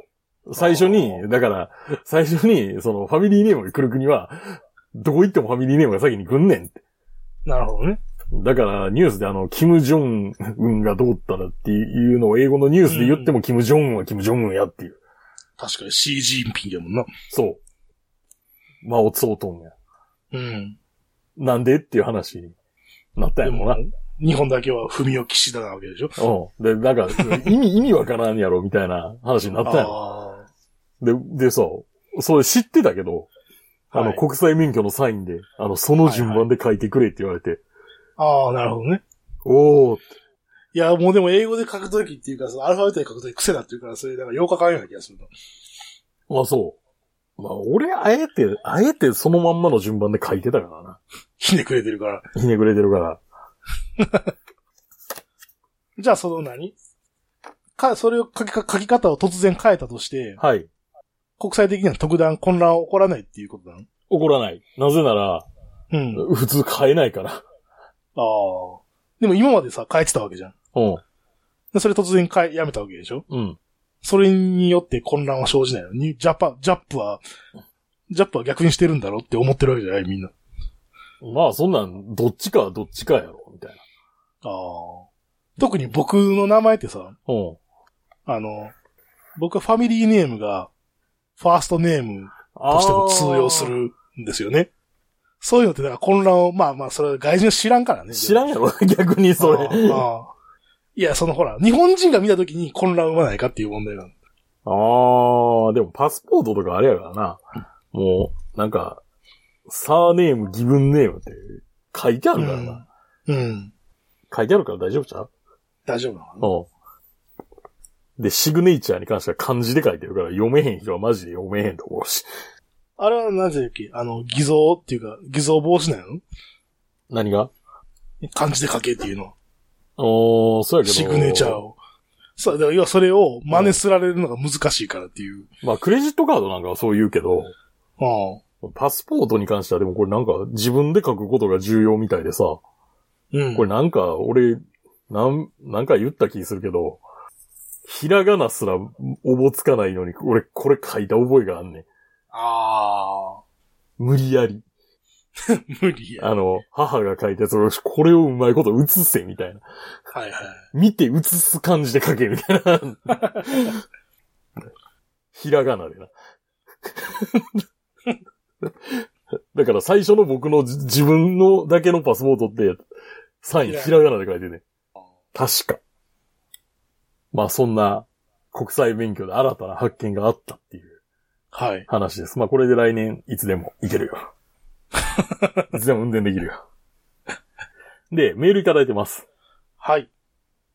[SPEAKER 1] と。最初に、だから、最初に、そのファミリーネームが来る国は、どこ行ってもファミリーネームが先に来んねんって。
[SPEAKER 2] なるほどね。
[SPEAKER 1] だから、ニュースであの、キム・ジョンウンがどうったらっていうのを英語のニュースで言っても、キム・ジョンウンはキム・ジョンウンやっていう。
[SPEAKER 2] 確かに CG ピンやもんな。
[SPEAKER 1] そう。まあ、おつおとんや。
[SPEAKER 2] うん。
[SPEAKER 1] なんでっていう話になったん
[SPEAKER 2] で
[SPEAKER 1] やろうな
[SPEAKER 2] も。、日本だけは文を騎士だなわけでしょ
[SPEAKER 1] うん。で、なんか、意味、意味わからんやろ、みたいな話になったんやろ。
[SPEAKER 2] あ
[SPEAKER 1] で、でさ、それ知ってたけど、
[SPEAKER 2] あ。
[SPEAKER 1] あ
[SPEAKER 2] は
[SPEAKER 1] の、
[SPEAKER 2] い
[SPEAKER 1] 国際免許のサインで、あの、その順番で書いてくれって言われて、
[SPEAKER 2] ああ、なるほどね。
[SPEAKER 1] おー、
[SPEAKER 2] いや、もうでも英語で書くときっていうか、そのアルファベットで書くとき癖だっていうから、それなんか8日間ような気がするの。
[SPEAKER 1] まあそう。まあ、俺、あえて、あえてそのまんまの順番で書いてたからな。
[SPEAKER 2] ひねくれてるから。
[SPEAKER 1] ひねくれてるから。
[SPEAKER 2] じゃあその何か、それを書きか書き方を突然変えたとして、
[SPEAKER 1] はい。
[SPEAKER 2] 国際的には特段混乱は起こらないっていうことなの
[SPEAKER 1] 怒らない。なぜなら、
[SPEAKER 2] うん。あ
[SPEAKER 1] 普通買えないから。
[SPEAKER 2] あ。でも今までさ、変えてたわけじゃん。
[SPEAKER 1] うん。
[SPEAKER 2] でそれ突然変え、やめたわけでしょ
[SPEAKER 1] うん。
[SPEAKER 2] それによって混乱は生じないのに、ジャパ、ジャップは、ジャップは逆にしてるんだろうって思ってるわけじゃないみんな。
[SPEAKER 1] まあ、そんなん、どっちかはどっちかやろ、みたいな。
[SPEAKER 2] ああ。特に僕の名前ってさ、
[SPEAKER 1] うん。
[SPEAKER 2] あの、僕はファミリーネームが、ファーストネーム
[SPEAKER 1] あ
[SPEAKER 2] としても通用す
[SPEAKER 1] ー。
[SPEAKER 2] るんですよね。そういうのって、だから混乱を、まあまあ、それは外人は知らんからね。
[SPEAKER 1] 知らんやろ、逆にそれ。
[SPEAKER 2] ああああいや、そのほら、日本人が見たときに混乱を生まないかっていう問題なの。
[SPEAKER 1] あー、でもパスポートとかあれやからな。もう、なんか、サーネーム、ギブンネームって書いてあるからな。
[SPEAKER 2] うん。うん。
[SPEAKER 1] 書いてあるから大丈夫ちゃう
[SPEAKER 2] 大丈夫なのかな
[SPEAKER 1] うん。で、シグネイチャーに関しては漢字で書いてるから読めへん人はマジで読めへんと思うし。
[SPEAKER 2] あれはなぜだっけあの、偽造っていうか、偽造防止なの
[SPEAKER 1] 何が
[SPEAKER 2] 漢字で書けっていうのは。
[SPEAKER 1] おー、そうやけど。
[SPEAKER 2] シグネチャー。を。そう、だから要はそれを真似すられるのが難しいからっていう。
[SPEAKER 1] まあ、クレジットカードなんかはそう言うけど、
[SPEAKER 2] うん。
[SPEAKER 1] パスポートに関してはでもこれなんか自分で書くことが重要みたいでさ、
[SPEAKER 2] うん。
[SPEAKER 1] これなんか、俺、なん、なんか言った気するけど、ひらがなすらおぼつかないのに、俺、これ書いた覚えがあんねん。
[SPEAKER 2] あ
[SPEAKER 1] 無理やり。
[SPEAKER 2] ー。無理や。
[SPEAKER 1] あの、母が書いたやつ、俺これをうまいこと写せ、みたいな。
[SPEAKER 2] はいはい。
[SPEAKER 1] 見て写す感じで書け、みたいな。ひらがなでな。だから最初の僕のじ自分のだけのパスポートって、サインひらがなで書いてね。確か。まあそんな国際勉強で新たな発見があったっていう
[SPEAKER 2] はい。
[SPEAKER 1] 話です。まあこれで来年いつでもいける よ。いつでも運転できるよ。で、メールいただいてます。
[SPEAKER 2] はい。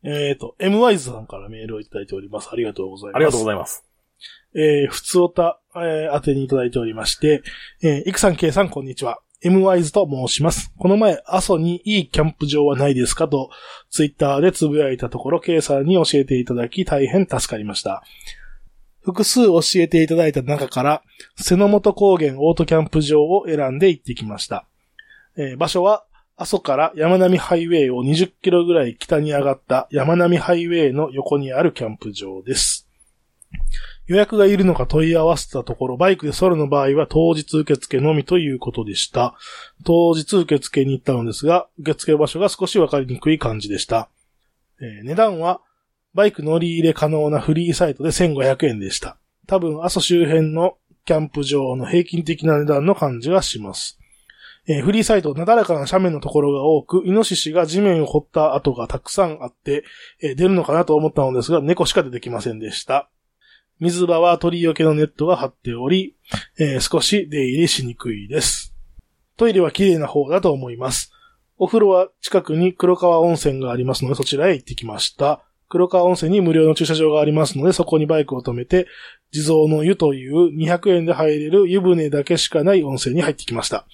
[SPEAKER 2] えっ、と、m y ズさんからメールをいただいております。ありがとうございます。
[SPEAKER 1] ありがとうご
[SPEAKER 2] い
[SPEAKER 1] ざいます。
[SPEAKER 2] ます。えー、ふつおた、えー、宛てにいただいておりまして、えー、いくさん、けいさん、こんにちは。m y ズと申します。この前、阿蘇にいいキャンプ場はないですかと、ツイッターでつぶやいたところ、けいさんに教えていただき、大変助かりました。複数教えていただいた中から、瀬の本高原オートキャンプ場を選んで行ってきました。えー場所は、阿蘇から山並ハイウェイを20キロぐらい北に上がった山並ハイウェイの横にあるキャンプ場です。予約がいるのか問い合わせたところ、バイクでソロの場合は当日受付のみということでした。当日受付に行ったのですが、受付場所が少しわかりにくい感じでした。えー値段は、バイク乗り入れ可能なフリーサイトで1500円でした。多分、阿蘇周辺のキャンプ場の平均的な値段の感じがします。えーフリーサイト、なだらかな斜面のところが多く、イノシシが地面を掘った跡がたくさんあって、えー出るのかなと思ったのですが、猫しか出てきませんでした。水場は鳥よけのネットが張っており、えー少し出入りしにくいです。トイレは綺麗な方だと思います。お風呂は近くに黒川温泉がありますので、そちらへ行ってきました。黒川温泉に無料の駐車場がありますので、そこにバイクを止めて、地蔵の湯という200円で入れる湯船だけしかない温泉に入ってきました。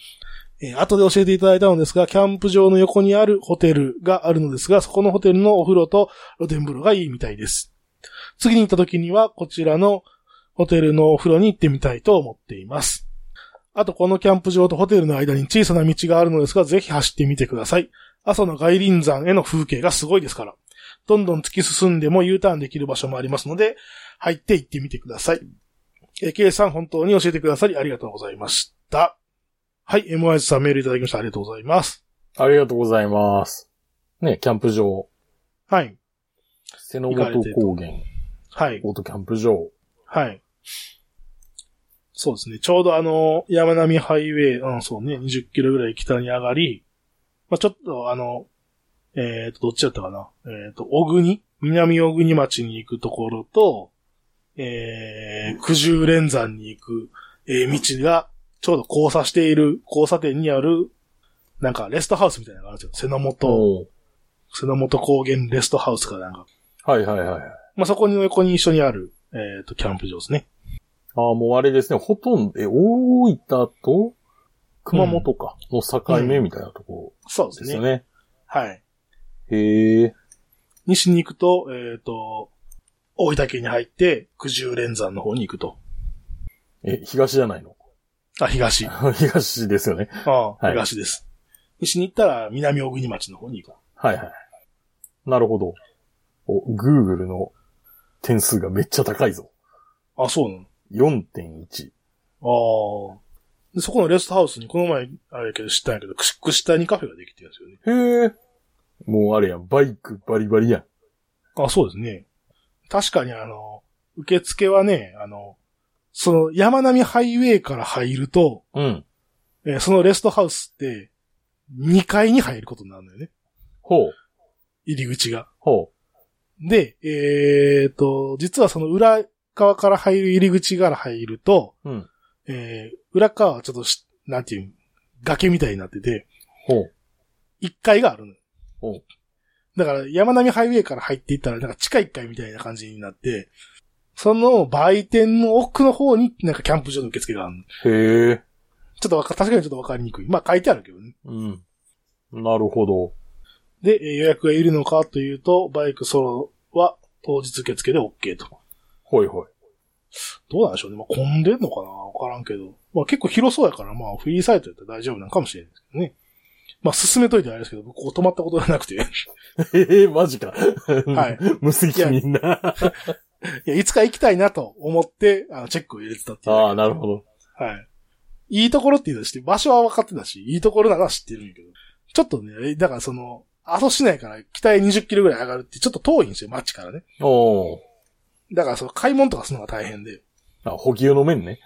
[SPEAKER 2] えー後で教えていただいたのですが、キャンプ場の横にあるホテルがあるのですが、そこのホテルのお風呂と露天風呂がいいみたいです。次に行った時には、こちらのホテルのお風呂に行ってみたいと思っています。あと、このキャンプ場とホテルの間に小さな道があるのですが、ぜひ走ってみてください。阿蘇の外輪山への風景がすごいですから。どんどん突き進んでも U ターンできる場所もありますので、入って行ってみてください。えー、K さん本当に教えてくださりありがとうございました。はい、MYS さんメールいただきました。ありがとうございます。
[SPEAKER 1] ありがとうございます。ね、キャンプ場。
[SPEAKER 2] はい、
[SPEAKER 1] 瀬の本高原、
[SPEAKER 2] はい、
[SPEAKER 1] オートキャンプ場。
[SPEAKER 2] はい。そうですね。ちょうどあの、山並ハイウェイ、うん、そうね、20キロぐらい北に上がり、まあ、ちょっとあの、えっ、と、どっちだったかな。えっ、と、小国南小国町に行くところと、えー、九十連山に行く、えー道が、ちょうど交差している、交差点にある、なんか、レストハウスみたいなのがあるんですよ。瀬の本、
[SPEAKER 1] おう
[SPEAKER 2] 瀬の本高原レストハウスかなんか。
[SPEAKER 1] はいはいはいはい。
[SPEAKER 2] まあ、そこの横に一緒にある、えっ、と、キャンプ場ですね。
[SPEAKER 1] ああ、もうあれですね、ほとんど、え、大分と熊本か、の境目みたいなとこ
[SPEAKER 2] そう
[SPEAKER 1] ろ
[SPEAKER 2] で
[SPEAKER 1] ですす
[SPEAKER 2] ね。
[SPEAKER 1] よね。
[SPEAKER 2] はい。
[SPEAKER 1] へえ。
[SPEAKER 2] 西に行くと、えっ、と、大分県に入って、九十連山の方に行くと。
[SPEAKER 1] え、東じゃないの
[SPEAKER 2] あ、東。
[SPEAKER 1] 東ですよね。
[SPEAKER 2] ああ
[SPEAKER 1] い
[SPEAKER 2] 東です。西に行ったら、南小国町の方に行く。
[SPEAKER 1] はいはい。なるほど。お、Google の点数がめっちゃ高いぞ。
[SPEAKER 2] あ、そうなの
[SPEAKER 1] 4.1。
[SPEAKER 2] ああ。で、そこのレストハウスに、この前、あれやけど知ったんやけど、串串谷にカフェができてるんです
[SPEAKER 1] へ
[SPEAKER 2] よね。
[SPEAKER 1] え。もうあれやん、バイクバリバリやん。
[SPEAKER 2] あ、そうですね。確かにあの、受付はね、あの、その山並ハイウェイから入ると、
[SPEAKER 1] うん。
[SPEAKER 2] えーそのレストハウスって、2階に入ることになるんだよね。
[SPEAKER 1] ほう。
[SPEAKER 2] 入り口が。
[SPEAKER 1] ほ
[SPEAKER 2] で、えー、と、実はその裏側から入る入り口から入ると、
[SPEAKER 1] う。うん。
[SPEAKER 2] えー裏側はちょっとし、なんていうん、崖みたいになってて、
[SPEAKER 1] ほう。
[SPEAKER 2] 1階があるのよ
[SPEAKER 1] おう。
[SPEAKER 2] だから、山並ハイウェイから入っていったら、なんか地下1階みたいな感じになって、その売店の奥の方になんかキャンプ場の受付があるの。
[SPEAKER 1] へえ。
[SPEAKER 2] ちょっとわか、確かにちょっとわかりにくい。まあ書いてあるけどね。
[SPEAKER 1] うん。なるほど。
[SPEAKER 2] で、えー予約がいるのかというと、バイクソロは当日受付で OK と。
[SPEAKER 1] ほいほい。
[SPEAKER 2] どうなんでしょうね。まあ、混んでんのかなわからんけど。まあ、結構広そうやから、まあ、フリーサイトやったら大丈夫なのかもしれないですけどね。まあ、進めといてあれですけど、僕、ここ止まったことがなくて。は。。
[SPEAKER 1] ええ、マジか。はい無責任な。
[SPEAKER 2] いや、いつか行きたいなと思って、あの、チェックを入れてたっていう。
[SPEAKER 1] ああ、なるほど。
[SPEAKER 2] はい。いいところっていうのは知って、場所は分かってたし、いいところなら知ってるんやけど。ちょっとね、だからその、阿蘇市内から北へ20キロぐらい上がるって、ちょっと遠いんですよ、街からね。
[SPEAKER 1] おお。
[SPEAKER 2] だからその、買い物とかするのが大変で。
[SPEAKER 1] あ、補給の面ね。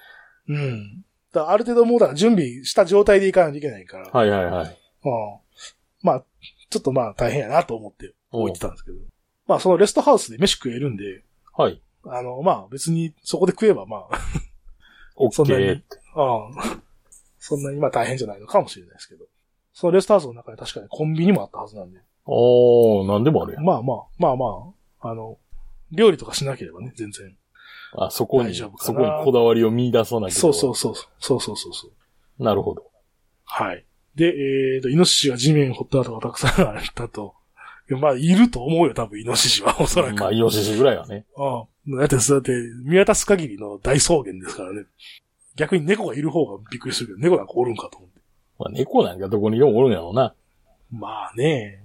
[SPEAKER 2] うん。だからある程度もうだから準備した状態で行かないといけないから。
[SPEAKER 1] はいはいはい。
[SPEAKER 2] うん。まあ、ちょっとまあ大変やなと思って
[SPEAKER 1] お
[SPEAKER 2] 置
[SPEAKER 1] う
[SPEAKER 2] いてたんですけど。まあそのレストハウスで飯食えるんで、
[SPEAKER 1] はい。
[SPEAKER 2] あの、まあ別にそこで食えばまあ、
[SPEAKER 1] オ
[SPEAKER 2] そ
[SPEAKER 1] ッ
[SPEAKER 2] んな
[SPEAKER 1] ケー
[SPEAKER 2] に。うん。そんなにまあ大変じゃないのかもしれないですけど。そのレストハウスの中に確かにコンビニもあったはずなんで。
[SPEAKER 1] おお、なんでもあるやん。
[SPEAKER 2] まあまあ、まあまあ、あの、料理とかしなければね、全然。
[SPEAKER 1] あ、そこに、
[SPEAKER 2] 大丈
[SPEAKER 1] そ
[SPEAKER 2] 夫かな
[SPEAKER 1] こにこだわりを見出さない。
[SPEAKER 2] そうそううそう。そうそうそうそう。
[SPEAKER 1] なるほど。
[SPEAKER 2] はい。で、えっ、と、イノシシが地面を掘った跡がたくさんあったと。いやまあ、いると思うよ、多分、イノシシは、お そらく。
[SPEAKER 1] まあ、イノシシぐらいはね。
[SPEAKER 2] ああ。だって、だって、見渡す限りの大草原ですからね。逆に猫がいる方がびっくりするけど、猫なんかおるんかと思って。
[SPEAKER 1] まあ、猫なんかどこにでもおるんやろうな。
[SPEAKER 2] まあね。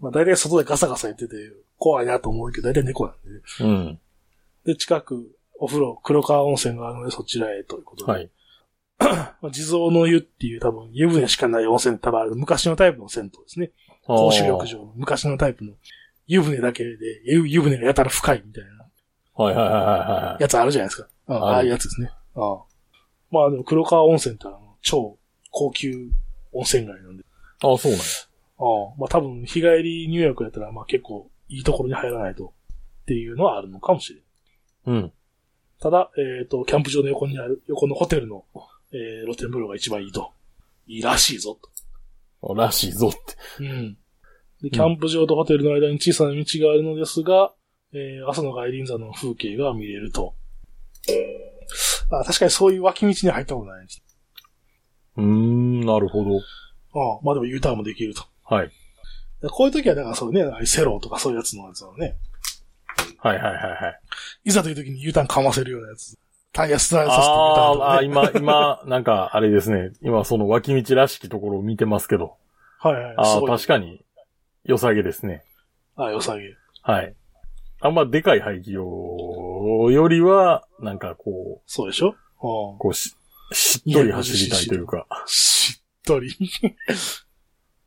[SPEAKER 2] まあ大体外でガサガサ言ってて、怖いなと思うけど、大体猫なんでね。
[SPEAKER 1] うん。
[SPEAKER 2] で、近く、お風呂、黒川温泉があるので、そちらへということで。
[SPEAKER 1] はい。
[SPEAKER 2] まあ、地蔵の湯っていう多分、湯船しかない温泉、多分ある昔のタイプの銭湯ですね。公衆浴場の昔のタイプの湯船だけで、湯湯船がやたら深いみたいな。
[SPEAKER 1] あー。はいはいはいはいはい。
[SPEAKER 2] やつあるじゃないですか。うん
[SPEAKER 1] る
[SPEAKER 2] ああいうやつですね。ああまあでも黒川温泉ってあの超高級温泉街なんで。
[SPEAKER 1] ああ、そうなんや
[SPEAKER 2] ああまあ多分日帰り入浴やったらまあ結構いいところに入らないとっていうのはあるのかもしれない。
[SPEAKER 1] うん。
[SPEAKER 2] ただ、えっ、と、キャンプ場の横にある、横のホテルの、えー露天風呂が一番いいと。いいらしいぞ、と。
[SPEAKER 1] らしいぞって。
[SPEAKER 2] うん。で、キャンプ場とホテルの間に小さな道があるのですが、えー、朝の外輪山の風景が見れると。あ、確かにそういう脇道に入ったことないです。
[SPEAKER 1] うーん、なるほど。
[SPEAKER 2] ああまあでも U ターンもできると。
[SPEAKER 1] はい。
[SPEAKER 2] でこういう時は、だからそうね、ああいうセローとかそういうやつのやつをね、
[SPEAKER 1] はいはいはいはい。
[SPEAKER 2] いざという時に U ターンかませるようなやつ。タイヤスライドさせて U ターン
[SPEAKER 1] あ
[SPEAKER 2] と
[SPEAKER 1] ーあー、
[SPEAKER 2] かね。
[SPEAKER 1] 今、今、なんか、あれですね。今、その脇道らしきところを見てますけど。
[SPEAKER 2] はいはい。
[SPEAKER 1] ああ、
[SPEAKER 2] か
[SPEAKER 1] 確かに、良さげですね。
[SPEAKER 2] ああ、良さげ。
[SPEAKER 1] はい。あんまでかい排気量よりは、なんかこ
[SPEAKER 2] そうでし
[SPEAKER 1] う、
[SPEAKER 2] ょう
[SPEAKER 1] こうし、しっとり走りたいというか。
[SPEAKER 2] ん。しっとり。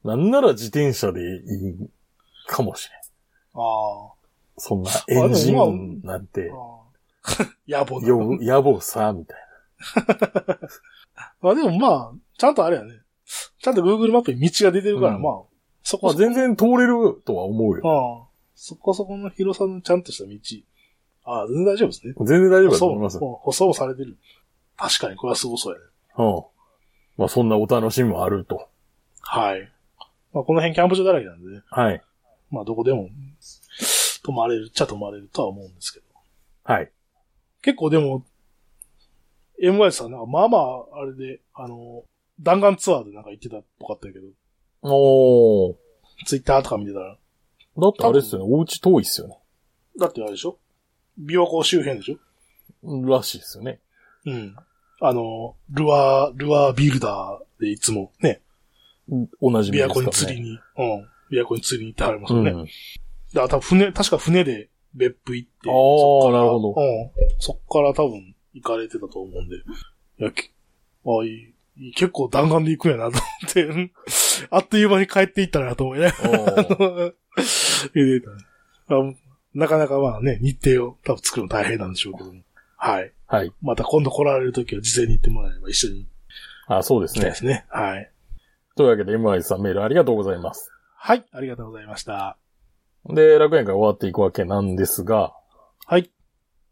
[SPEAKER 1] なんなら自転車でいいかもしれん。
[SPEAKER 2] ああ
[SPEAKER 1] そんなエンジン音なんて
[SPEAKER 2] あ、あ。野暮な。
[SPEAKER 1] よ、野望さ、みたい
[SPEAKER 2] まあでもまあ、ちゃんとあれやね。ちゃんと Google マップに道が出てるから、
[SPEAKER 1] うん
[SPEAKER 2] まあ、
[SPEAKER 1] な。
[SPEAKER 2] そ
[SPEAKER 1] ま
[SPEAKER 2] こ
[SPEAKER 1] あ
[SPEAKER 2] そこ、
[SPEAKER 1] 全然通れるとは思うよ。
[SPEAKER 2] ああそこそこの広さのちゃんとした道。ああ、全然大丈夫ですね。
[SPEAKER 1] 全然大丈夫だと
[SPEAKER 2] 舗
[SPEAKER 1] 思います。
[SPEAKER 2] 装舗装もされてる。確かに、これはすごそうやね。
[SPEAKER 1] うん。まあそんなお楽しみもあると。
[SPEAKER 2] はい。まあこの辺キャンプ場だらけなんでね。
[SPEAKER 1] はい。
[SPEAKER 2] まあどこでも、泊まれるっちゃ泊まれるとは思うんですけど。
[SPEAKER 1] はい。
[SPEAKER 2] 結構でも、MY さんなんか、まあまあ、あれで、あの、弾丸ツアーでなんか行ってたっぽかったけど、
[SPEAKER 1] おー。
[SPEAKER 2] ツイッターとか見てたら、
[SPEAKER 1] だってあれですよね、お家遠いっすよね。
[SPEAKER 2] だってあれでしょ琵琶湖周辺でしょ
[SPEAKER 1] らしいですよね。
[SPEAKER 2] うん。あの、ルアー、ルアービルダーでいつもね、
[SPEAKER 1] おなじみ
[SPEAKER 2] 琵
[SPEAKER 1] です
[SPEAKER 2] 琶
[SPEAKER 1] か
[SPEAKER 2] 湖
[SPEAKER 1] らね。
[SPEAKER 2] に釣りに、うん。琵琶湖に釣りに行ってはります
[SPEAKER 1] う
[SPEAKER 2] よね。
[SPEAKER 1] ん。
[SPEAKER 2] だから多分船、確か船で別府行って、
[SPEAKER 1] あー
[SPEAKER 2] そっから
[SPEAKER 1] なるほど
[SPEAKER 2] うん。そっから多分行かれてたと思うんで。いや、きああ、いいいい。結構弾丸で行くんやなと思って うん、あっという間に帰っていったなと思いね。 あなかなかまあね、日程を多分作るの大変なんでしょうけども。はい。
[SPEAKER 1] はい。
[SPEAKER 2] また今度来られるときは事前に行ってもらえれば一緒に行
[SPEAKER 1] あ、そうです
[SPEAKER 2] きたい
[SPEAKER 1] ね
[SPEAKER 2] で。すね。はい。
[SPEAKER 1] というわけで、MI さんメールありがとうございます。
[SPEAKER 2] はい。ありがとうございました。
[SPEAKER 1] で、楽園会終わっていくわけなんですが、
[SPEAKER 2] はい。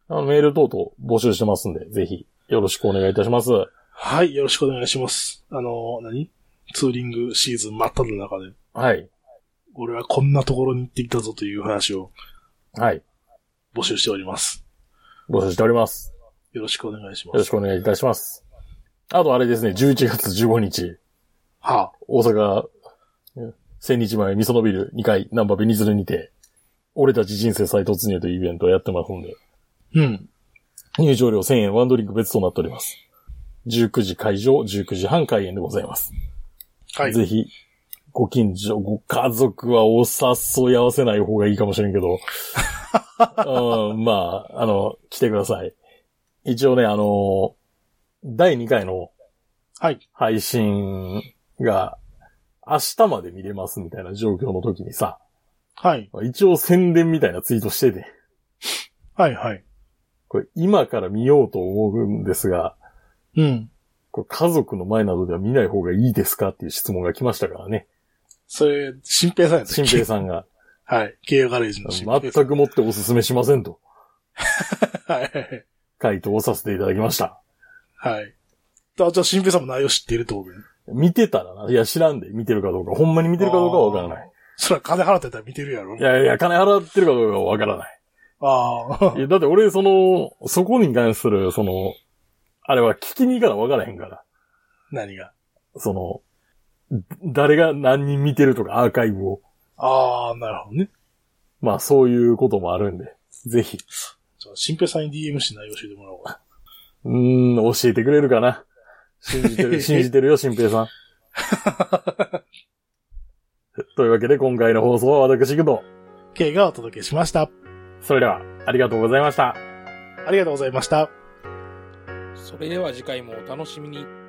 [SPEAKER 1] あのメール等々募集してますんで、ぜひよろしくお願いいたします。は
[SPEAKER 2] はい。よろしくお願いします。あの、何ツーリングシーズン真っ只中で、
[SPEAKER 1] い。
[SPEAKER 2] 俺はこんなところに行ってきたぞという話を
[SPEAKER 1] はい。
[SPEAKER 2] 募集しております。
[SPEAKER 1] 募集しております。
[SPEAKER 2] よろしくお願いし
[SPEAKER 1] よ
[SPEAKER 2] ま
[SPEAKER 1] ろ
[SPEAKER 2] す。
[SPEAKER 1] しくお願いいたします。あとあれですね、11月15日、
[SPEAKER 2] は
[SPEAKER 1] 大阪、え千日前、みそのビル2階、ナンバーベニズルにて、俺たち人生再突入というイベントをやってますんで、
[SPEAKER 2] い。うん。
[SPEAKER 1] 入場料1000円、ワンドリンク別となっております。19時会場、19時半開演でございます。
[SPEAKER 2] はい。
[SPEAKER 1] ぜひ、ご近所、ご家族はお誘い合わせない方がいいかもしれんけ ど。うん、まあ、あの、来てください。一応ね、あの、第2回の
[SPEAKER 2] はい。
[SPEAKER 1] 配信が明日まで見れますみたいな状況の時にさ、
[SPEAKER 2] はい。
[SPEAKER 1] 一応宣伝みたいなツイートしてて、
[SPEAKER 2] はい。はい。
[SPEAKER 1] これ今から見ようと思うんですが、
[SPEAKER 2] うん。
[SPEAKER 1] これ家族の前などでは見ない方がいいですかっていう質問が来ましたからね。
[SPEAKER 2] それ、新平さんやったっけ
[SPEAKER 1] 新平さんが。
[SPEAKER 2] はい。慶応ガレージの新平さん。
[SPEAKER 1] 全くもってお勧めしませんと
[SPEAKER 2] はいはい
[SPEAKER 1] 回答をさせていただきました。
[SPEAKER 2] はい。はい。あ、じゃあ新平さんも内容知っているってことね。
[SPEAKER 1] 見てたらな。いや、知らんで、見てるかどうか。ほんまに見てるかどうかはわからない。
[SPEAKER 2] そら金払ってたら見てるやろ
[SPEAKER 1] い。やいや、金払ってるかどうかはわからない。
[SPEAKER 2] ああ
[SPEAKER 1] い。や、だって俺、その、そこに関する、その、あれは聞きに行かなわからへんから。
[SPEAKER 2] 何が。
[SPEAKER 1] その、誰が何人見てるとかアーカイブを。
[SPEAKER 2] ああ、なるほどね。
[SPEAKER 1] まあ、そういうこともあるんで。ぜひ。
[SPEAKER 2] じゃあ新平さんに DM して内容教えてもらおうか。
[SPEAKER 1] うーん、教えてくれるかな。信じてる、信じてるよ、新平さん。というわけで、今回の放送は私、工藤。
[SPEAKER 2] K がお届けしました。
[SPEAKER 1] それでは、ありがとうございました。
[SPEAKER 2] ありがとうございました。
[SPEAKER 3] それでは次回もお楽しみに。